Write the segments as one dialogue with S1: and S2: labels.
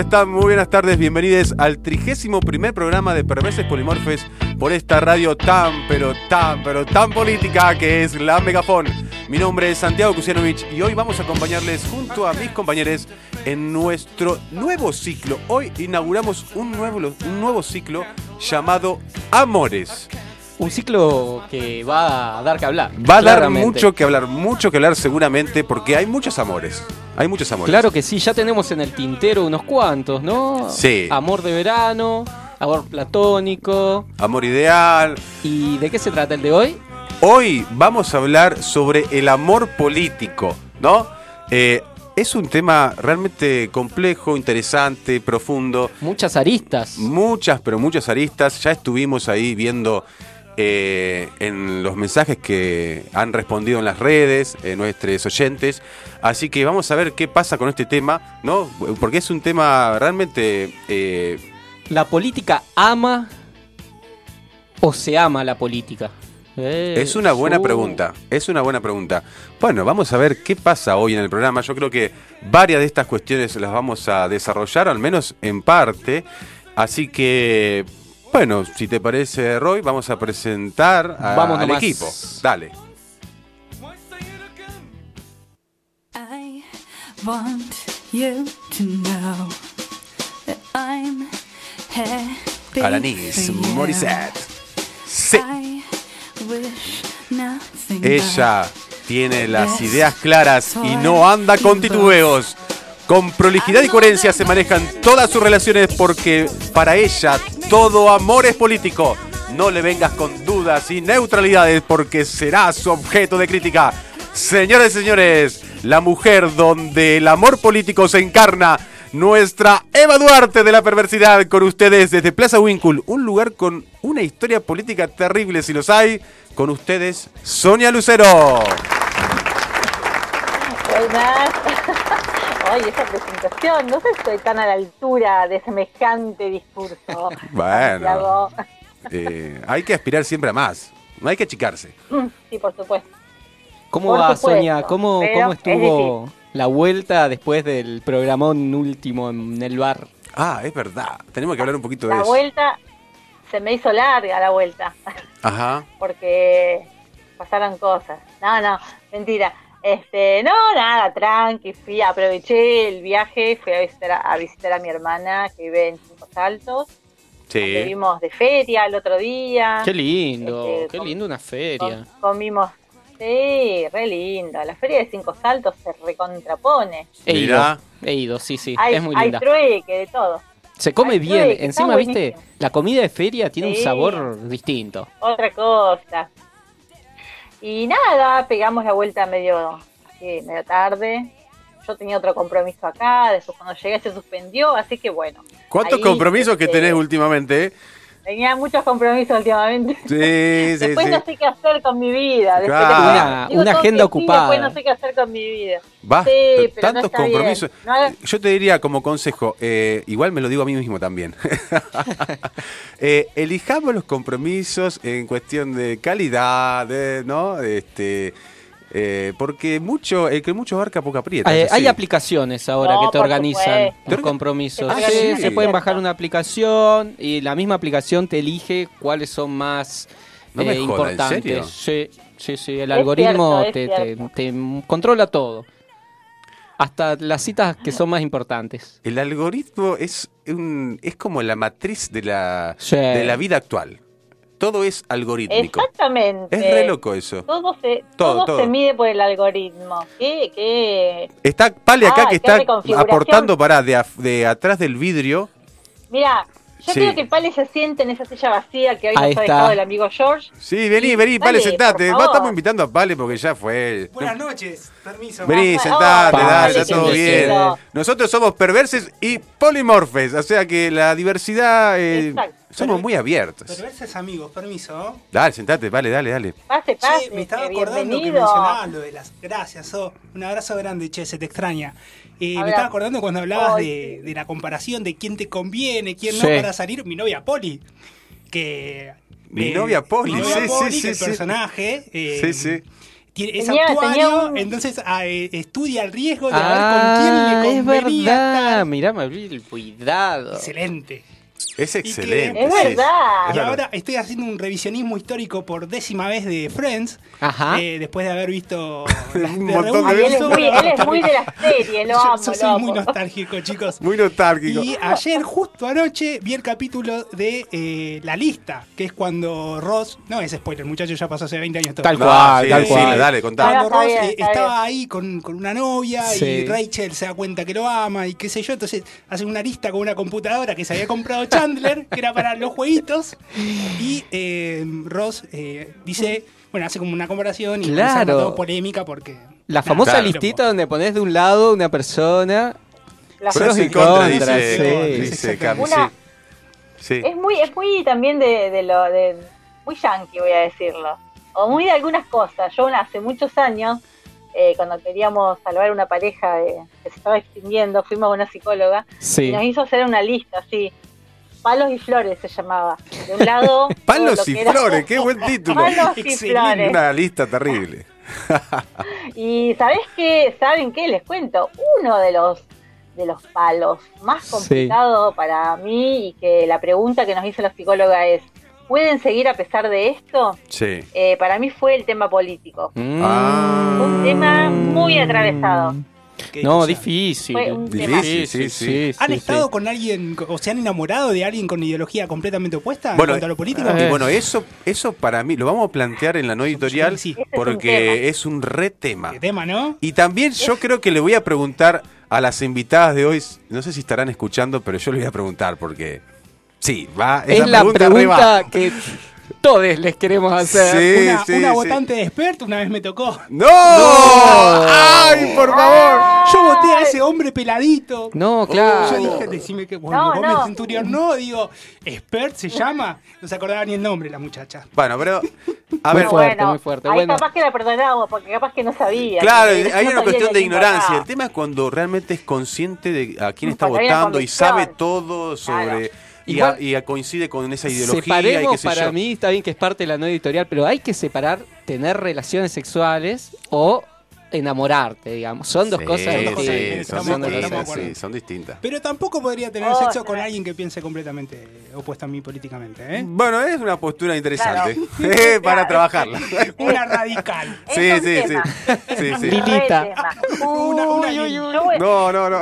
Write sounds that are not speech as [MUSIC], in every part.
S1: están? Muy buenas tardes, bienvenidos al trigésimo primer programa de Perverses Polimorfes por esta radio tan, pero tan, pero tan política que es La Megafón. Mi nombre es Santiago Kusianovich y hoy vamos a acompañarles junto a mis compañeros en nuestro nuevo ciclo. Hoy inauguramos un nuevo, un nuevo ciclo llamado Amores.
S2: Un ciclo que va a dar que hablar.
S1: Va a dar
S2: claramente.
S1: mucho que hablar, mucho que hablar seguramente porque hay muchos amores. Hay muchos amores.
S2: Claro que sí, ya tenemos en el tintero unos cuantos, ¿no?
S1: Sí.
S2: Amor de verano, amor platónico.
S1: Amor ideal,
S2: ¿Y de qué se trata el de hoy?
S1: Hoy vamos a hablar sobre el amor político, ¿no? Eh, es un tema realmente complejo, interesante, profundo,
S2: Muchas aristas.
S1: muchas, pero muchas aristas. Ya estuvimos ahí viendo eh, en los mensajes que han respondido en las redes, eh, nuestros oyentes. Así que vamos a ver qué pasa con este tema, ¿no? Porque es un tema realmente... eh,
S2: ¿La política ama o se ama la política? Eh,
S1: Es una buena
S2: uh,
S1: pregunta, es una buena pregunta. Bueno, vamos a ver qué pasa hoy en el programa. Yo creo que varias de estas cuestiones las vamos a desarrollar, al menos en parte. Así que, bueno, si te parece, Roy, vamos a presentar a-
S2: Vamos
S1: al
S2: nomás.
S1: equipo. Dale.
S3: I want you to know that I'm happy.
S1: Alanis
S3: for you.
S1: Morissette. Sí.
S3: I wish nothing
S1: Ella tiene las ideas claras y no anda con titubeos. Con prolijidad y coherencia se manejan todas sus relaciones porque para ella todo amor es político. No le vengas con dudas y neutralidades porque será su objeto de crítica. Señores y señores, la mujer donde el amor político se encarna, nuestra Eva Duarte de la perversidad con ustedes desde Plaza Winkle, un lugar con una historia política terrible si los hay, con ustedes Sonia Lucero.
S4: Buenas. [LAUGHS] Ay, esa presentación, no sé si estoy tan a la altura de semejante discurso.
S1: [LAUGHS] Bueno,
S4: Santiago.
S1: eh, hay que aspirar siempre a más, no hay que achicarse.
S4: [LAUGHS] Sí, por supuesto.
S2: ¿Cómo
S4: por
S2: va,
S4: supuesto,
S2: Sonia? ¿Cómo,
S4: pero
S2: cómo
S4: es
S2: estuvo la vuelta después del programón último en el bar?
S1: Ah, es verdad, tenemos que hablar un poquito de
S4: La
S1: eso.
S4: vuelta se me hizo larga la vuelta, [LAUGHS]
S1: Ajá.
S4: porque pasaron cosas. No, no, mentira. Este, no, nada, tranqui, fui, aproveché el viaje, fui a visitar a, a visitar a mi hermana que vive en Cinco Saltos. que
S1: Sí.
S4: Vimos de feria el otro día.
S2: Qué lindo,
S4: Ah. Este,
S2: qué
S4: con-
S2: lindo una feria.
S4: Com- comimos. Sí, re lindo. La feria de Cinco Saltos se recontrapone.
S2: He
S1: Mirá.
S2: ido, he ido, sí, sí,
S4: Hay,
S2: es muy
S4: hay
S2: linda.
S4: trueque de todo.
S2: Se come
S4: Ay,
S2: bien,
S4: Zoe, que está
S2: encima, viste,
S4: buenísimo.
S2: la comida de feria tiene un
S4: Sí.
S2: sabor distinto.
S4: Otra cosa. Y nada, pegamos la vuelta medio, así, medio tarde. Yo tenía otro compromiso acá, después cuando llegué se suspendió, así que bueno.
S1: ¿Cuántos
S4: Ahí,
S1: compromisos que
S4: este,
S1: tenés últimamente? eh?
S4: Tenía muchos compromisos últimamente.
S1: Sí, sí,
S4: [LAUGHS] después
S1: sí.
S4: no sé qué hacer con mi vida. después
S1: Claro.
S4: te-
S2: Una-
S4: digo
S2: una
S4: todo
S2: agenda
S4: que sí,
S2: ocupada.
S4: Después no sé qué hacer con mi vida.
S1: Basta,
S4: sí, pero no
S1: tantos
S4: está bien.
S1: compromisos.
S4: No hagas-
S1: Yo te diría como consejo, eh, igual me lo digo a mí mismo también. [LAUGHS] Eh, elijamos los compromisos en cuestión de calidad, de, ¿no? Este, eh, porque mucho, el que mucho barca poca aprieta.
S2: Eh,
S1: es
S2: hay
S1: así.
S2: aplicaciones ahora
S4: No,
S2: que te
S4: por
S2: organizan
S4: supuesto.
S1: ¿Te
S2: los
S1: orga-
S2: compromisos.
S1: Ah,
S2: Sí,
S1: sí.
S2: se pueden bajar una aplicación y la misma aplicación te elige cuáles son más
S1: No me jodas,
S2: eh,
S1: ¿en
S2: importantes.
S1: serio?
S2: Sí, sí, sí, el
S4: Es
S2: algoritmo
S4: cierto, es
S2: te- te-
S4: cierto.
S2: te controla todo. Hasta las citas que son más importantes.
S1: El algoritmo es, un, es como la matriz de la,
S2: Sí.
S1: de la vida actual. Todo es algorítmico.
S4: Exactamente.
S1: Es re loco eso.
S4: Todo se,
S1: Todo,
S4: todo,
S1: todo.
S4: se mide por el algoritmo. ¿Qué? qué?
S1: Está Pale acá
S4: Ah,
S1: que
S4: qué
S1: está
S4: reconfiguración.
S1: aportando para de, af- de atrás del vidrio.
S4: Mira, yo
S1: Sí.
S4: creo que Pale se siente en esa silla vacía que hoy
S2: Ahí
S4: nos ha
S2: está.
S4: dejado el amigo George.
S1: Sí, vení,
S4: Sí,
S1: vení, Pale,
S4: dale,
S1: sentate.
S4: por
S1: Va,
S4: favor.
S1: estamos invitando a Pale porque ya fue.
S5: Buenas noches, permiso.
S1: Vení,
S4: Ah,
S1: sentate,
S2: oh,
S1: dale,
S2: Pale,
S1: está todo
S2: siempre
S1: bien.
S4: quiero.
S1: Nosotros somos perverses y polimorfes, o sea que la diversidad eh,
S4: Exacto.
S1: somos muy abiertos.
S5: Pero esos amigos, permiso.
S1: Dale, sentate, Pale, dale, dale.
S4: Pase, pase.
S5: Che, me estaba
S4: que
S5: acordando
S4: Ah,
S5: que
S4: este, bienvenido.
S5: mencionabas lo de las. Gracias, oh, un abrazo grande, che, se te extraña. Eh, me
S4: Abrazo.
S5: estaba acordando cuando hablabas
S4: Ay,
S5: de,
S4: sí.
S5: de la comparación de quién te conviene, quién
S2: Sí.
S5: no para salir. Mi novia Poli. Que. eh,
S1: Mi novia Poli,
S5: mi novia
S1: sí, sí,
S5: Poli,
S1: sí,
S5: que El
S1: sí.
S5: personaje. eh,
S1: Sí, sí.
S5: tiene- es
S4: Tenía-
S5: actuario,
S4: tenía un-
S5: entonces ah, eh, estudia el riesgo de a
S2: Ah,
S5: ver con quién
S2: es
S5: le convenía
S2: verdad.
S5: estar.
S2: Mirá, me abrí el cuidado.
S5: Excelente.
S1: Es excelente.
S4: Es
S1: sí.
S4: verdad.
S1: Es
S5: Y ahora estoy haciendo un revisionismo histórico por décima vez de Friends,
S2: Ajá.
S5: eh, después de haber visto las-
S1: [LAUGHS] Un
S5: de
S1: montón de
S4: Ay, él,
S5: haber
S4: es
S5: visto-
S4: muy, él es muy de las series, lo
S5: [LAUGHS] Yo-
S4: amo,
S5: yo
S4: lo
S5: soy
S4: amo.
S5: muy nostálgico, chicos.
S1: Muy nostálgico.
S5: Y ayer, justo anoche, vi el capítulo de eh, La Lista, que es cuando Ross. No es spoiler, muchachos, ya pasó hace 20 años todo.
S2: Tal
S1: No,
S2: cual,
S1: sí,
S2: tal
S1: sí,
S2: cual.
S1: dale, contá.
S5: Cuando
S4: Ahora Ah, está
S5: Ross
S4: bien,
S5: eh,
S4: está
S5: estaba ahí con, con una novia
S2: Sí.
S5: y Rachel se da cuenta que lo ama y qué sé yo, entonces hacen una lista con una computadora que se había comprado Chandler, que era para los jueguitos, y eh, Ross eh, dice, bueno, hace como una comparación y se arma
S2: Claro.
S5: todo polémica porque...
S2: La famosa
S1: Claro.
S2: listita donde pones de un lado una persona.
S4: La-
S2: Pero
S1: Pros y
S2: y
S1: contras,
S2: contras,
S1: dice,
S5: sí.
S1: dice Cami,
S4: Una-
S1: sí. Sí.
S4: Es muy, es muy también de, de lo de muy yankee voy a decirlo. O muy de algunas cosas. Yo una- hace muchos años, eh, cuando queríamos salvar una pareja de- que se estaba extinguiendo, fuimos a una psicóloga y
S2: Sí.
S4: nos hizo hacer una lista así. Palos y flores se llamaba. De
S1: [LAUGHS]
S4: un lado. todo lo
S1: Palos y
S4: que era-
S1: flores, qué buen título. [LAUGHS]
S4: Palos y
S5: Excelente.
S4: flores.
S1: Una lista terrible.
S4: Y sabés qué, saben qué les cuento, uno de los de los palos más
S2: Sí.
S4: complicado para mí y que la pregunta que nos hizo la psicóloga es ¿pueden seguir a pesar de esto?
S1: Sí.
S4: Eh, para mí fue el tema político.
S2: Mm.
S1: Ah.
S4: Un tema muy atravesado.
S5: que-
S2: No,
S5: o sea,
S2: difícil.
S4: Fue un tema.
S1: Difícil, sí, sí.
S5: ¿Han estado con alguien, o se han enamorado de alguien con ideología completamente opuesta
S1: Bueno,
S5: en cuanto a lo político?
S1: Y
S2: eh,
S1: bueno, eso, eso para mí, lo vamos a plantear en la no editorial
S5: Sí.
S4: Ese es un
S1: porque es un re tema.
S5: Qué tema, ¿no?
S1: Y también yo creo que le voy a preguntar a las invitadas de hoy, no sé si estarán escuchando, pero yo le voy a preguntar porque sí, va
S2: Es
S1: esa
S2: la
S1: re va.
S2: pregunta que todos les queremos hacer.
S1: Sí,
S5: una
S1: sí,
S5: una
S1: sí.
S5: votante de experto una vez me tocó.
S1: ¡No! ¡Ay, por favor!
S5: Yo voté a ese hombre peladito.
S1: Oh,
S2: No, claro.
S5: Yo dije, decime que vos,
S4: No,
S5: vos
S4: no.
S5: me centurión no, digo, expert se llama. No se acordaba ni el nombre la muchacha.
S1: Bueno, pero a
S2: Muy
S1: ver,
S2: fuerte, muy fuerte.
S4: Ahí
S2: Bueno.
S4: capaz que la perdonábamos porque capaz que no sabía.
S1: Claro,
S4: que-
S1: hay
S4: no
S1: una
S4: sabía
S1: cuestión
S4: que
S1: de
S4: le
S1: ignorancia. El
S4: importaba.
S1: tema es cuando realmente es consciente de a quién está
S4: Cuando hay una
S1: votando y
S4: convicción.
S1: sabe todo sobre. Y, a-
S2: Igual-
S1: y a- coincide con esa ideología. y qué
S2: Separemos
S1: sé
S2: para
S1: yo.
S2: mí, está bien que es parte de la no editorial, pero hay que separar tener relaciones sexuales o enamorarte, digamos. Son dos
S1: Sí,
S2: cosas
S1: sí,
S5: cosas
S2: distintas.
S1: son
S5: Estamos de acuerdo,
S1: distintas,
S5: estamos de
S1: sí,
S5: acuerdo.
S1: son distintas.
S5: Pero tampoco podría tener
S4: Oh,
S5: sexo con
S4: no.
S5: alguien que piense completamente opuesto a mí políticamente, ¿eh?
S1: Bueno, es una postura interesante [LAUGHS] eh, para
S4: Claro.
S1: trabajarla.
S5: Una radical.
S1: [LAUGHS]
S4: Es
S1: Sí,
S4: un
S1: sí, sí.
S4: tema.
S1: Sí,
S4: [LAUGHS]
S1: sí.
S2: Lili.
S4: Re
S2: Lilita.
S4: tema.
S5: Una- una lin-
S4: Yo voy-
S1: No, no, no.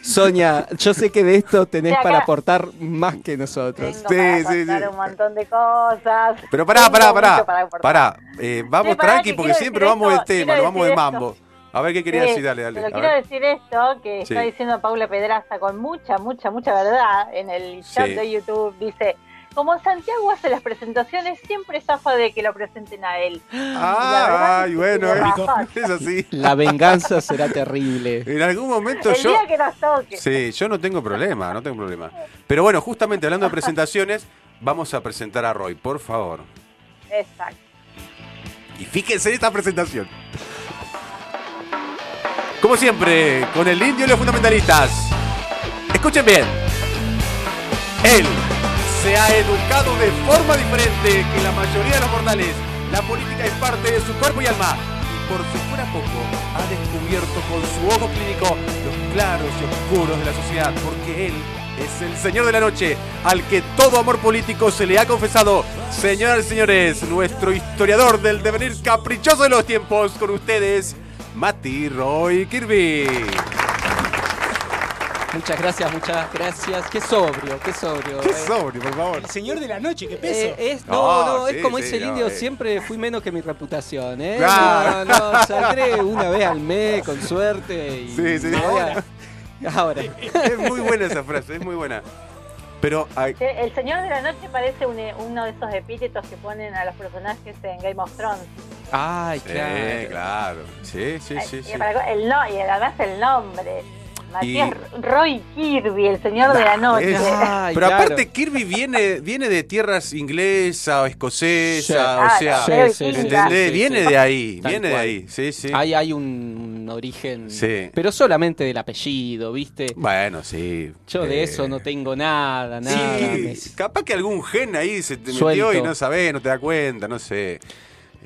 S2: Sonia, yo sé que de esto tenés
S4: Acá-
S2: para aportar más que nosotros.
S4: Tengo
S1: Sí,
S4: para
S1: sí,
S4: contar
S1: sí.
S4: un montón de cosas.
S1: Pero pará,
S4: Tengo
S1: pará,
S4: mucho
S1: pará.
S4: aportar.
S1: Pará. Eh, vamos
S4: Sí, pará,
S1: tranqui
S4: que
S1: porque
S4: quiero
S1: siempre
S4: decir
S1: vamos del
S4: esto,
S1: tema,
S4: quiero
S1: nos vamos de
S4: decir esto.
S1: mambo. A ver qué quería
S4: Sí,
S1: decir, dale, dale.
S4: Pero
S1: a
S4: quiero
S1: ver.
S4: decir esto que
S1: Sí.
S4: está diciendo Paula Pedraza con mucha, mucha, mucha verdad en el chat
S1: Sí.
S4: de YouTube. Dice, como Santiago hace las presentaciones, siempre zafa de que lo presenten a él.
S1: Ah,
S4: La
S1: ay,
S4: verdad es que
S1: bueno,
S4: tiene razón.
S1: eh, [LAUGHS] es así.
S2: La venganza será terrible.
S1: En algún momento
S4: El
S1: yo.
S4: día que nos toque.
S1: Sí, yo no tengo problema, no tengo problema. Pero bueno, justamente hablando de presentaciones, vamos a presentar a Roy, por favor.
S4: Exacto.
S1: Y fíjense en esta presentación. Como siempre, con el indio y los fundamentalistas. Escuchen bien. Él se ha educado de forma diferente que la mayoría de los mortales. La política es parte de su cuerpo y alma. Y por si fuera poco, ha descubierto con su ojo clínico los claros y oscuros de la sociedad. Porque él es el señor de la noche, al que todo amor político se le ha confesado. Señoras y señores, nuestro historiador del devenir caprichoso de los tiempos, con ustedes, Mati Roy Kirby.
S2: Muchas gracias, muchas gracias. Qué sobrio, qué sobrio.
S1: Qué
S2: eh.
S1: sobrio, por favor.
S5: El señor de la noche, qué
S2: Eh,
S5: peso.
S2: es, no,
S1: No,
S2: no,
S1: sí,
S2: es como
S1: sí,
S2: dice el
S1: no,
S2: indio,
S1: eh.
S2: siempre fui menos que mi reputación, ¿eh?
S1: Claro.
S2: No, no, saldré una vez al mes, con suerte. Y
S1: Sí, sí.
S2: Ahora. ahora.
S1: [LAUGHS] Es muy buena esa frase, es muy buena. Pero ay,
S4: Che, El Señor de la Noche parece un- eh, uno de esos epítetos que ponen a los personajes en Game of Thrones.
S2: Ay,
S1: sí,
S2: claro.
S1: claro. Sí, sí, sí, sí.
S4: Y, para- el no, y además el nombre. Matías
S1: Y-
S4: Roy Kirby, el Señor de la Noche.
S1: es-
S2: Ay,
S1: Ah, Pero
S2: claro.
S1: aparte Kirby viene viene de tierras inglesa o escocesa,
S4: Ah,
S1: o sea,
S2: sí,
S4: Leo y
S2: sí, sí,
S4: Kinga.
S1: ¿entendés?
S2: sí,
S1: viene
S2: sí.
S1: de ahí,
S2: Tal
S1: viene de
S2: cual.
S1: ahí. Sí, sí.
S2: Hay, hay un origen,
S1: Sí.
S2: pero solamente del apellido, ¿viste?
S1: Bueno, sí.
S2: Yo de
S1: eh,
S2: eso no tengo nada,
S1: Sí,
S2: nada. me-
S1: capaz que algún gen ahí se te metió
S2: Suelto.
S1: y no sabés, no te das cuenta, no sé.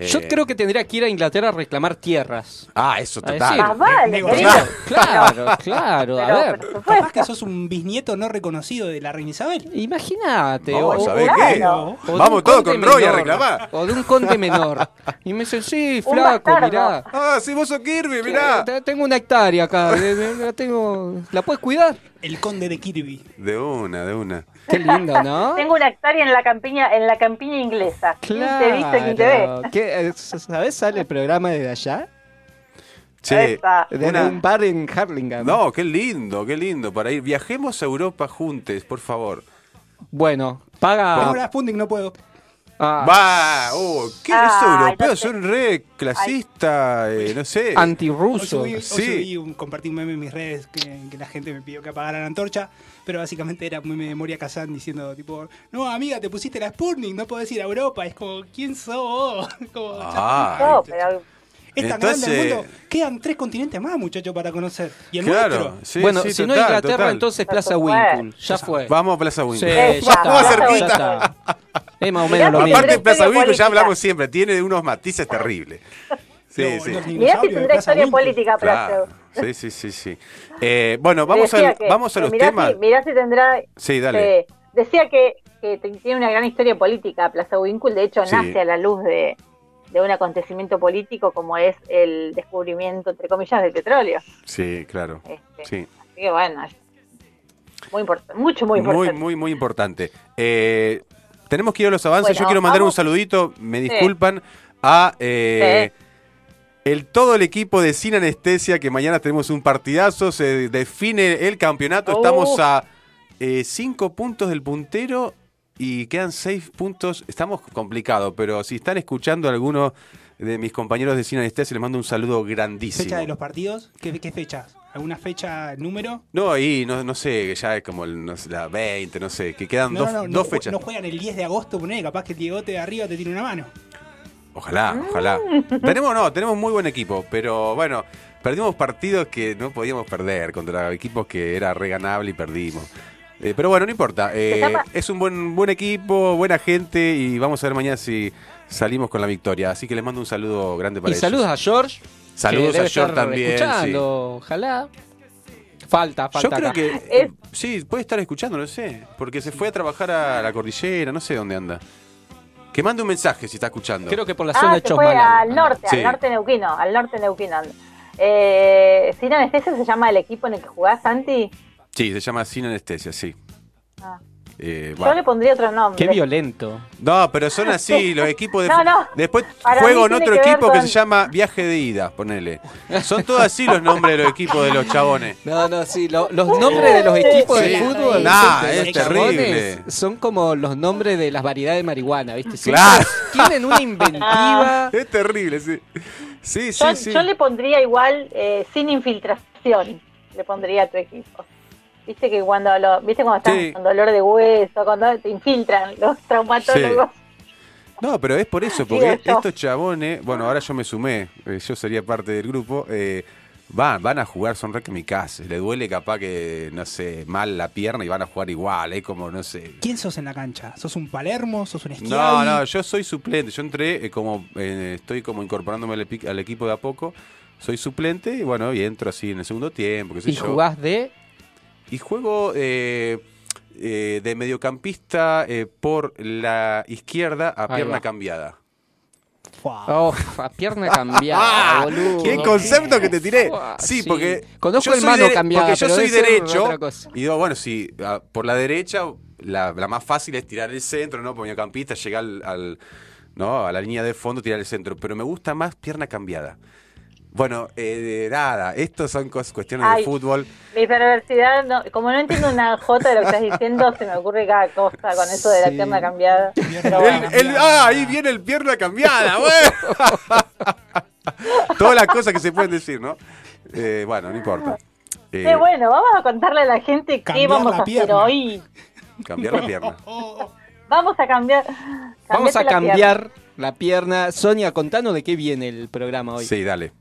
S2: Yo
S1: Eh,
S2: creo que tendría que ir a Inglaterra a reclamar tierras.
S1: Ah, eso
S2: A
S1: total.
S2: decir,
S4: Ah, vale,
S5: Nego-
S4: querido.
S2: Claro, claro, claro, a
S4: Pero,
S2: ver.
S4: por supuesto.
S5: Capaz que sos un bisnieto no reconocido de la reina Isabel.
S2: Imagínate.
S1: No,
S2: o- o-
S1: ¿sabés
S2: o-
S1: qué?
S4: claro.
S2: o de
S1: Vamos
S2: un
S1: todos
S2: conde
S1: con Roy a
S2: menor,
S1: reclamar.
S2: O de un conde menor. Y me dicen, sí,
S4: Un
S2: flaco,
S4: bastardo.
S2: mirá.
S1: Ah, sí, vos sos Kirby, mirá.
S2: Te- Tengo una hectárea acá. de- de- La, tengo... ¿La puedes cuidar?
S5: El conde de Kirby.
S1: De una, de una.
S2: Qué lindo,
S1: [LAUGHS]
S2: ¿no?
S4: Tengo una hectárea en la campiña, en la campiña inglesa. ¿Quién te viste, quién te ve?
S2: Claro. ¿Qué, eh, ¿Sabés? Sale el programa desde allá.
S1: Che,
S4: Epa.
S2: De
S1: una-
S2: un bar en Harlingame.
S1: No, qué lindo, qué lindo. Para ir, viajemos a Europa juntos, por favor.
S2: Bueno,
S4: Ah.
S2: paga.
S5: Ahora Spunding no puedo.
S2: ah,
S1: Va, oh, ¿qué?
S4: Ay,
S1: Esos
S4: no
S1: europeos
S4: sé.
S1: son re clasistas, eh, no sé.
S5: Hoy
S2: antirruso.
S5: subí, hoy
S1: Sí.
S5: subí un- compartí un meme en mis redes que, que la gente me pidió que apagara la antorcha, pero básicamente era un meme de Moria Kazan diciendo tipo, no amiga, te pusiste la Sputnik, no podés ir a Europa, es como, ¿quién sos [LAUGHS] vos? Como,
S1: Ah,
S4: No, pero
S5: es tan grande
S1: entonces-
S5: el mundo, quedan tres continentes más muchachos para conocer. Y el
S1: claro.
S5: nuestro,
S1: sí,
S2: bueno,
S1: sí,
S2: si no
S1: total,
S2: Inglaterra,
S1: total.
S2: entonces
S4: Ya
S2: Plaza
S4: fue.
S2: Winkle. Ya fue.
S1: Vamos a Plaza
S2: Sí,
S1: Windows.
S2: ya
S4: Vamos,
S2: está,
S1: cerquita.
S2: ya está. Es más o menos
S4: Mirá
S2: lo
S4: si
S2: mismo.
S1: Aparte,
S4: tendrá
S1: Plaza
S4: historia
S1: Windows ya
S4: política.
S1: hablamos siempre, tiene unos matices terribles. Sí,
S5: los-
S1: sí.
S4: mirá
S5: los
S4: si
S5: dinosaurios de
S4: tendrá
S5: Plaza
S4: historia
S5: Winkle.
S4: política,
S1: Claro.
S4: Plaza.
S1: Sí, sí, sí, sí. Eh, bueno, vamos,
S4: Decía
S1: al-
S4: que-
S1: vamos a
S4: pero
S1: los
S4: mirá
S1: temas.
S4: Si, mirá si tendrá.
S1: Sí, dale.
S4: eh, decía que, que te- tiene una gran historia política. Plaza Winkle, de hecho,
S1: Sí.
S4: nace a la luz de, de un acontecimiento político como es el descubrimiento, entre comillas, del petróleo.
S1: Sí, claro.
S4: Este,
S1: Sí.
S4: Así que bueno, es muy importante, mucho, muy
S1: Muy,
S4: importante.
S1: muy, muy importante. Eh, tenemos que ir a los avances.
S4: Bueno,
S1: Yo quiero mandar
S4: vamos.
S1: un saludito, me disculpan, a eh, el, todo el equipo de Sin Anestesia, que mañana tenemos un partidazo, se define el campeonato.
S4: Uh.
S1: Estamos a eh, cinco puntos del puntero y quedan seis puntos. Estamos complicados, pero si están escuchando a alguno de mis compañeros de Sin Anestesia, les mando un saludo grandísimo.
S5: Fecha de los partidos, ¿qué, qué fechas? ¿Alguna fecha, número?
S1: No, ahí no, no sé, ya es como el- no sé, la 20, no sé, que quedan dos, dos
S5: jue-
S1: fechas.
S5: no juegan el 10 de agosto, poné, capaz que el Diegote de arriba te tiene una mano.
S1: Ojalá, ojalá. Tenemos, no, tenemos muy buen equipo, pero bueno, perdimos partidos que no podíamos perder contra equipos que era reganable y perdimos. Eh, pero bueno, no importa. eh,
S4: llama-
S1: es un buen, buen equipo, buena gente y vamos a ver mañana si salimos con la victoria. Así que les mando un saludo grande para
S2: Y
S1: ellos.
S2: saludos a George. que
S1: Saludos a
S2: debe
S1: George
S2: estar
S1: también,
S2: Escuchando, ojalá. Falta, falta.
S1: Yo creo
S2: acá.
S1: que... eh, sí, puede estar escuchando, no sé. Porque se fue a trabajar a la cordillera, no sé dónde anda. Que mande un mensaje si está escuchando.
S2: Creo que por la zona
S4: Ah,
S2: de
S4: se fue
S2: Chosmalal.
S4: al norte,
S1: Sí.
S4: al norte neuquino, al norte neuquino. Eh, Sin anestesia se llama el equipo en el que jugás, Santi.
S1: Sí, se llama Sin Anestesia, sí.
S4: Ah.
S1: Eh,
S4: Yo
S1: bueno.
S4: le pondría otro nombre.
S2: Qué violento.
S1: No, pero
S4: [LAUGHS]
S1: son así los equipos de
S4: No, no.
S1: Después
S4: Para
S1: juego
S4: mí
S1: en
S4: tiene
S1: otro
S4: que ver
S1: equipo que
S4: con-
S1: se llama Viaje de Ida, ponele. Son todos así los nombres de los equipos de los chabones.
S2: No, no, sí, lo- los nombres de los equipos
S1: Sí.
S2: de fútbol
S1: Nah,
S2: de los
S1: es
S2: chabones
S1: terrible.
S2: son como los nombres de las variedades de marihuana, ¿viste? Siempre
S1: Claro.
S2: Tienen
S1: [LAUGHS]
S2: una inventiva.
S1: Es terrible, sí. Sí, sí,
S4: Yo,
S1: sí.
S4: yo le pondría igual eh, sin infiltración, le pondría a tu equipo. Viste que cuando lo, viste cuando estás
S1: Sí.
S4: con dolor de hueso, cuando te infiltran los traumatólogos.
S1: No, pero es por eso, porque
S4: Digo yo.
S1: estos chabones, bueno, ahora yo me sumé, eh, yo sería parte del grupo, eh, van, van a jugar, son re kamikazes, le duele capaz que, no sé, mal la pierna y van a jugar igual, es como, no sé,
S5: ¿Quién sos en la cancha? ¿Sos un Palermo? ¿Sos un Esquiavi?
S1: No, no, yo soy suplente. Yo entré eh, como. eh, estoy como incorporándome al, epi- al equipo de a poco. Soy suplente y bueno, y entro así en el segundo tiempo. qué sé
S2: Y
S1: yo.
S2: jugás de.
S1: Y juego eh, eh, de mediocampista eh, por la izquierda a
S2: Ahí
S1: pierna
S2: va.
S1: cambiada.
S5: Fua.
S2: Oh,
S1: [LAUGHS]
S2: a pierna cambiada, Ah, boludo.
S1: Ah, ¡Qué concepto que te tiré!
S2: Fua,
S1: Sí, porque.
S2: Conozco
S1: yo
S2: el
S1: soy
S2: mano
S1: dere-
S2: cambiada.
S1: Porque yo
S2: pero
S1: soy
S2: debe ser
S1: derecho.
S2: otra cosa.
S1: Y digo, bueno, si por la derecha, la, la más fácil es tirar el centro, ¿no? Por mediocampista, llegar al, al- ¿no? a la línea de fondo, tirar el centro. Pero me gusta más pierna cambiada. Bueno, eh, nada, estos son cos- cuestiones de
S4: Ay. [LAUGHS]
S1: fútbol.
S4: Mi perversidad, no- como no entiendo una jota de lo que estás diciendo, se me ocurre cada cosa con eso de la
S2: Sí.
S4: pierna cambiada. Pero bueno.
S1: El- el- ah, ahí viene el pierna
S4: [LAUGHS]
S1: cambiada, bueno. Todas las cosas que se pueden decir, ¿no? Eh, bueno, no importa. Eh,
S4: Che, bueno, vamos a contarle a la gente qué
S5: Cambiar
S4: vamos
S5: la
S4: a hacer
S5: pierna.
S4: hoy.
S1: Cambiar la pierna.
S5: Oh,
S4: Vamos a cambiar.
S2: Vamos
S4: cambiate
S2: a
S4: la pierna.
S2: cambiar la pierna. Sonia, contanos de qué viene el programa hoy.
S1: Sí, dale.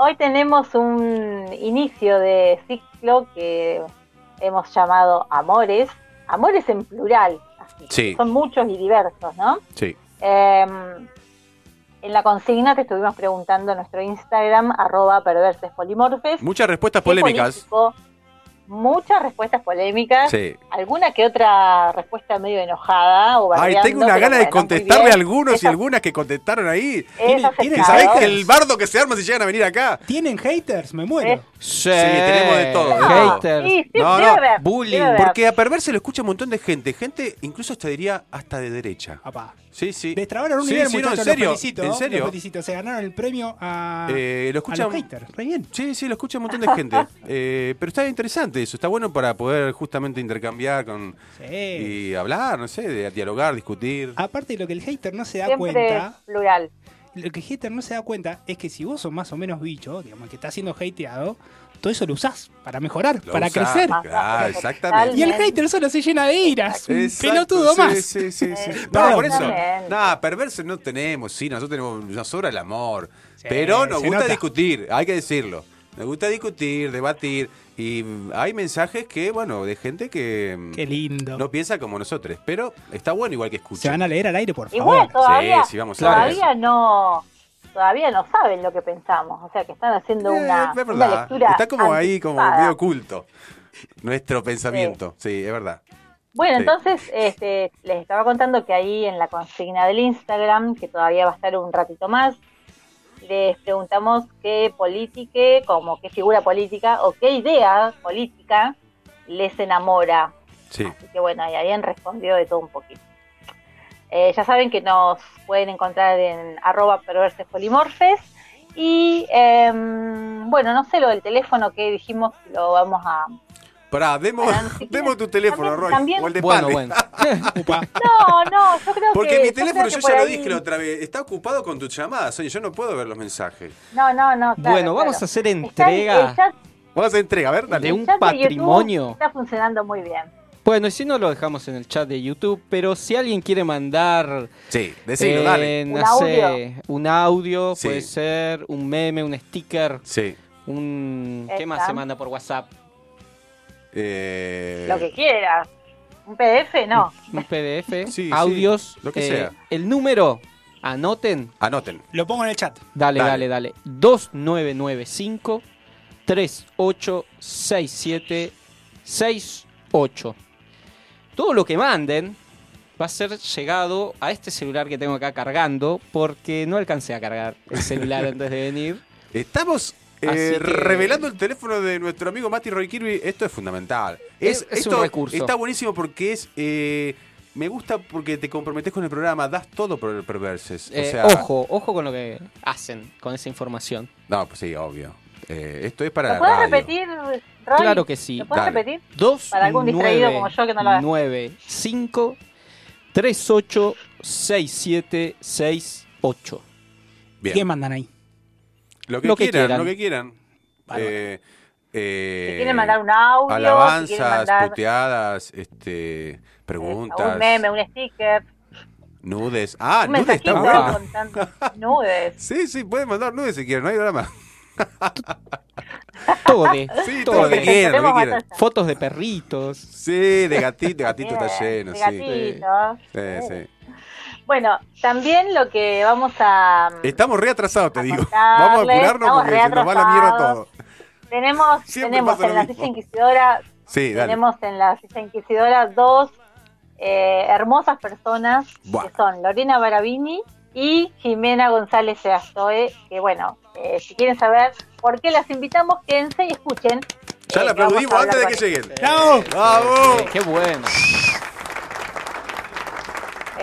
S4: Hoy tenemos un inicio de ciclo que hemos llamado Amores. Amores en plural. así.
S1: Sí.
S4: Son muchos y diversos, ¿no?
S1: Sí.
S4: Eh, en la consigna que estuvimos preguntando en nuestro Instagram, arroba perversespolimorfes.
S1: Muchas respuestas
S4: ¿Qué
S1: polémicas.
S4: político? Muchas respuestas polémicas.
S1: Sí.
S4: Alguna que otra respuesta medio enojada o
S1: Ay,
S4: bardeando,
S1: tengo una
S4: pero
S1: gana de
S4: bueno, muy bien.
S1: contestarle a algunos y
S4: Eso-
S1: algunas que contestaron ahí.
S4: eso
S5: Tiene- tiene-
S1: Que
S4: aceptado.
S1: sabés
S5: Claro.
S1: que el bardo que se arma si llegan a venir acá.
S5: ¿Tienen haters? Me muero.
S2: Sí,
S4: Sí.
S1: tenemos de todo, de
S4: No,
S2: Haters.
S4: sí, sí,
S1: No,
S4: debe
S1: no,
S4: haber,
S2: bullying,
S4: debe haber.
S1: Porque a Perver se lo escucha un montón de gente. Gente, incluso hasta diría, hasta de derecha.
S5: Apá.
S1: Sí, sí.
S5: Destrabaron un
S1: Sí,
S5: nivel,
S1: sí, no,
S5: muchachos.
S1: en serio.
S5: los felicito.
S1: en
S5: los
S1: serio.
S5: felicito. Se ganaron el premio a,
S1: Eh, lo
S5: a
S1: escuchan-
S5: los haters. Re bien.
S1: Sí, sí, lo escucha un montón de
S5: [LAUGHS]
S1: gente. Eh, pero está interesante eso. Está bueno para poder justamente intercambiar con
S5: Sí. Ah,
S1: y hablar, no sé, de dialogar, discutir.
S5: Aparte de lo que el hater no se da
S4: Siempre es
S5: cuenta,
S4: plural.
S5: lo que el hater no se da cuenta es que si vos sos más o menos bicho, digamos, que está siendo hateado, todo eso lo usás para mejorar,
S1: Lo
S5: para
S1: usás.
S5: crecer.
S4: Ah,
S1: Claro,
S5: Y
S1: exactamente.
S5: el hater solo se llena de iras. Un
S1: Exacto,
S5: pelotudo
S1: sí,
S5: más.
S1: Sí, sí, sí.
S4: Eh,
S1: No,
S5: no,
S1: por eso.
S4: totalmente.
S1: Nada, perverso no tenemos, sí, nosotros tenemos, nos sobra el amor.
S5: Sí,
S1: pero nos
S5: se
S1: gusta
S5: nota.
S1: discutir, hay que decirlo. Nos gusta discutir, debatir. Y mm, hay mensajes que, bueno, de gente que mm,
S5: Qué lindo.
S1: no piensa como nosotros. Pero está bueno igual que
S5: se
S1: escuchen.
S5: van a leer al aire, por favor.
S4: Igual todavía,
S1: sí, vamos a ver
S4: todavía no todavía no saben lo que pensamos, o sea que están haciendo
S1: Eh,
S4: una,
S1: es
S4: una
S1: verdad.
S4: lectura
S1: Está como ahí, como
S4: anticipada.
S1: medio oculto. Nuestro pensamiento. Sí, es verdad.
S4: Bueno,
S1: Sí.
S4: entonces este, les estaba contando que ahí en la consigna del Instagram, que todavía va a estar un ratito más, les preguntamos qué política, como qué figura política o qué idea política les enamora.
S1: Sí.
S4: Así que bueno, ahí habían respondido de todo un poquito. Eh, ya saben que nos pueden encontrar en arroba perversespolimorfes. Y em, bueno, no sé lo del teléfono que dijimos, lo vamos a...
S1: Pará, demos,
S4: Pará, no sé qué-
S1: demos tu teléfono, Roy.
S4: también- también-
S1: O el de
S2: Bueno,
S1: Pale.
S2: bueno.
S5: Upa.
S4: No, no, yo creo que...
S1: Porque mi
S4: creo
S1: teléfono,
S4: que
S1: yo
S4: por
S1: ya lo
S4: ahí-
S1: dije la otra vez, está ocupado con tus llamadas, Sonia, yo no puedo ver los mensajes.
S4: No, no, no. claro,
S2: bueno, vamos a
S4: claro.
S2: hacer
S4: Está el-
S2: entrega.
S4: el chat-
S1: Vamos a entrega, a ver,
S4: el
S1: dale.
S2: De un
S4: chat YouTube
S2: patrimonio.
S4: Está funcionando muy bien.
S2: Bueno, y si no lo dejamos en el chat de YouTube, pero si alguien quiere mandar
S1: Sí, decilo,
S2: eh,
S1: dale.
S2: no
S4: Un
S2: sé,
S4: audio.
S2: un audio,
S1: Sí.
S2: puede ser un meme, un sticker,
S1: Sí.
S2: un ¿qué
S4: Esta.
S2: más se manda por WhatsApp?
S1: Eh,
S4: Lo que quieras. Un PDF, no.
S2: Un PDF,
S1: Sí, sí,
S2: audios,
S1: lo que
S2: eh,
S1: sea.
S2: el número, anoten,
S1: Anoten.
S5: Lo pongo en el chat.
S2: dale,
S1: Dale.
S2: dale, dale, 2995 3867 68. Todo lo que manden va a ser llegado a este celular que tengo acá cargando porque no alcancé a cargar el
S1: [LAUGHS]
S2: celular antes de venir.
S1: Estamos eh,
S2: Así que-
S1: revelando el teléfono de nuestro amigo Mati Roy Kirby. Esto es fundamental.
S2: Es- es un
S1: esto
S2: recurso.
S1: Está buenísimo porque es. eh, me gusta porque te comprometes con el programa, das todo por el perverses.
S2: Eh,
S1: o sea,
S2: ojo, ojo con lo que hacen con esa información.
S1: No, pues sí, obvio. Eh, esto es para
S4: ¿Lo
S1: la
S4: puedes
S1: radio.
S4: repetir, Roy?
S2: Claro que sí.
S4: ¿Lo puedes
S1: Dale.
S4: repetir?
S2: 2
S4: Para algún distraído como yo que no lo haga.
S2: 9 5 3 8 6 7 6 8.
S1: Bien. Eh,
S5: ¿Qué mandan ahí?
S1: Lo que, quieran, lo que quieran.
S5: Bárbaro.
S1: Eh, eh,
S4: Si quieren mandar un audio, si quieren
S1: alabanzas,
S4: mandar
S1: puteadas, este,
S4: eh,
S1: preguntas,
S4: un meme, un sticker,
S1: nudes. Ah,
S4: un
S1: nudes está
S4: mensajito
S1: bueno.
S4: con tantos
S1: [LAUGHS]
S4: nudes.
S1: Sí, sí, pueden mandar nudes si quieren, no hay drama.
S2: Tode,
S1: Sí, todo lo que
S2: tode.
S1: quieran, lo que
S4: Tenemos
S1: quieran.
S4: bastante.
S2: Fotos de perritos.
S1: Sí, de gatito, de gatito está
S4: Bien,
S1: lleno,
S4: de Uh.
S1: sí.
S4: gatitos.
S1: Sí, sí.
S4: Bueno, también lo que vamos a...
S1: Estamos re atrasados, te digo.
S4: Contarles,
S1: Vamos a apurarnos
S4: estamos
S1: porque
S4: re
S1: se nos va la mierda
S4: atrasados.
S1: todo.
S4: Tenemos,
S1: Siempre
S4: tenemos
S1: pasa lo
S4: en la
S1: mismo.
S4: silla inquisidora
S1: Sí, dale.
S4: Tenemos en la silla inquisidora dos eh, hermosas personas
S1: Buah.
S4: que son Lorena Barabini y Jimena González Seastoe, que bueno, eh, si quieren saber por qué las invitamos, quédense y escuchen.
S1: Ya
S4: eh,
S1: la
S4: que vamos a
S1: aplaudimos antes de
S4: hablar
S1: que
S4: con
S1: lleguen.
S5: ¡Bravo!
S1: ¡Bravo!
S2: Eh, qué bueno.
S4: ellas.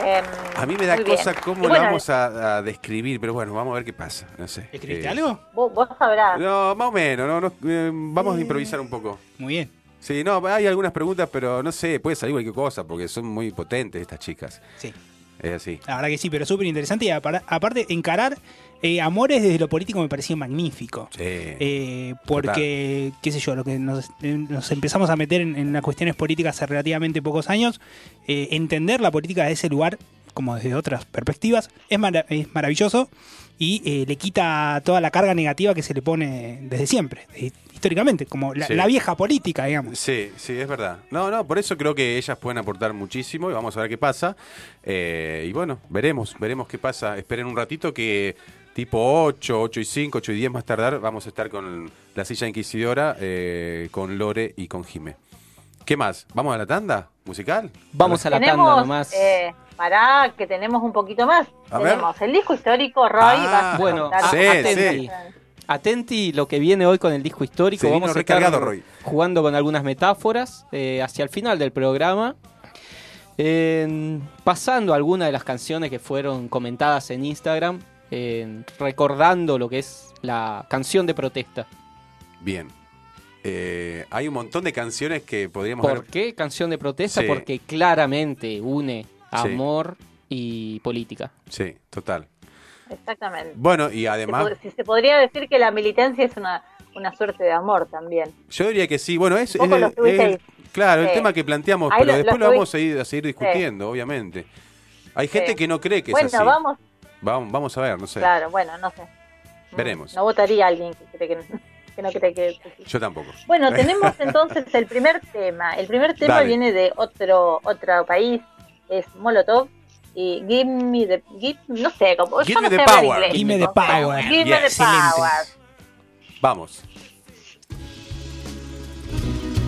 S4: Em,
S1: A mí me da
S4: muy bien.
S1: cosa
S4: Y
S1: cómo la
S4: bueno,
S1: vamos a, a describir, pero bueno, vamos a ver qué pasa. No sé.
S5: ¿Escribiste
S1: Eh,
S5: algo?
S4: Vos, vos sabrás.
S1: No, más o menos. No, no, eh, vamos a improvisar un poco.
S5: Muy bien.
S1: Sí, no, hay algunas preguntas, pero no sé, puede salir cualquier cosa, porque son muy potentes estas chicas.
S5: Sí.
S1: Es así.
S5: La verdad que sí, pero súper interesante. Y apar- aparte, encarar eh, amores desde lo político me parecía magnífico.
S1: Sí.
S5: Eh, porque, qué sé yo, lo que nos, eh, nos empezamos a meter en, en las cuestiones políticas hace relativamente pocos años, eh, entender la política de ese lugar como desde otras perspectivas, es, mara- es maravilloso y eh, le quita toda la carga negativa que se le pone desde siempre, eh, históricamente, como la,
S1: Sí.
S5: la vieja política, digamos.
S1: Sí, sí, es verdad. No, no, por eso creo que ellas pueden aportar muchísimo y vamos a ver qué pasa. Eh, y bueno, veremos, veremos qué pasa. Esperen un ratito que tipo 8, 8 y 5, 8 y 10 más tardar vamos a estar con la silla inquisidora, eh, con Lore y con Jime. ¿Qué más? ¿Vamos a la tanda musical?
S2: Vamos a la tanda
S4: tenemos,
S2: nomás.
S4: eh, pará, que tenemos un poquito más.
S1: A ver.
S4: tenemos el disco histórico, Roy.
S1: Ah,
S4: vas a
S2: bueno,
S4: contar-
S1: sí,
S2: atenti. Atenti lo que viene hoy con el disco histórico.
S1: Se vino
S2: Vamos a
S1: recargado,
S2: estar
S1: Roy.
S2: jugando con algunas metáforas eh, hacia el final del programa. En- pasando algunas de las canciones que fueron comentadas en Instagram, en- recordando lo que es la canción de protesta.
S1: Bien. Eh, hay un montón de canciones que podríamos
S2: ¿Por
S1: ver.
S2: qué canción de protesta?
S1: Sí.
S2: Porque claramente une
S1: Sí.
S2: amor y política.
S1: Sí, total.
S4: Exactamente.
S1: Bueno, y
S4: Se
S1: además...
S4: po- si se podría decir que la militancia es una, una suerte de amor también.
S1: Yo diría que sí. Bueno, es,
S4: Un poco
S1: es-
S4: lo estuviste
S1: es-
S4: ahí.
S1: claro el
S4: Sí.
S1: tema que planteamos,
S4: Ahí
S1: pero
S4: lo-
S1: después
S4: lo
S1: lo vamos a
S4: estuviste-
S1: ir, a seguir discutiendo, obviamente. Hay gente
S4: Sí.
S1: que no cree que
S4: bueno,
S1: es así. Vamos.
S4: vamos,
S1: vamos a ver, no sé.
S4: claro, bueno, no sé.
S1: Veremos.
S4: No votaría a alguien que, cree que, no- que no cree que...
S1: Yo tampoco. [LAUGHS]
S4: Bueno, tenemos entonces el primer tema. El primer tema
S1: Dale.
S4: viene de otro otro país, es Molotov. Y give me the. give- no sé, como.
S1: Give
S4: yo
S1: me
S4: no
S1: the
S4: sé hablar
S1: power.
S4: inglés,
S5: Give me the
S4: chicos.
S5: power.
S4: Give me
S1: Yes.
S4: the power.
S1: Vamos.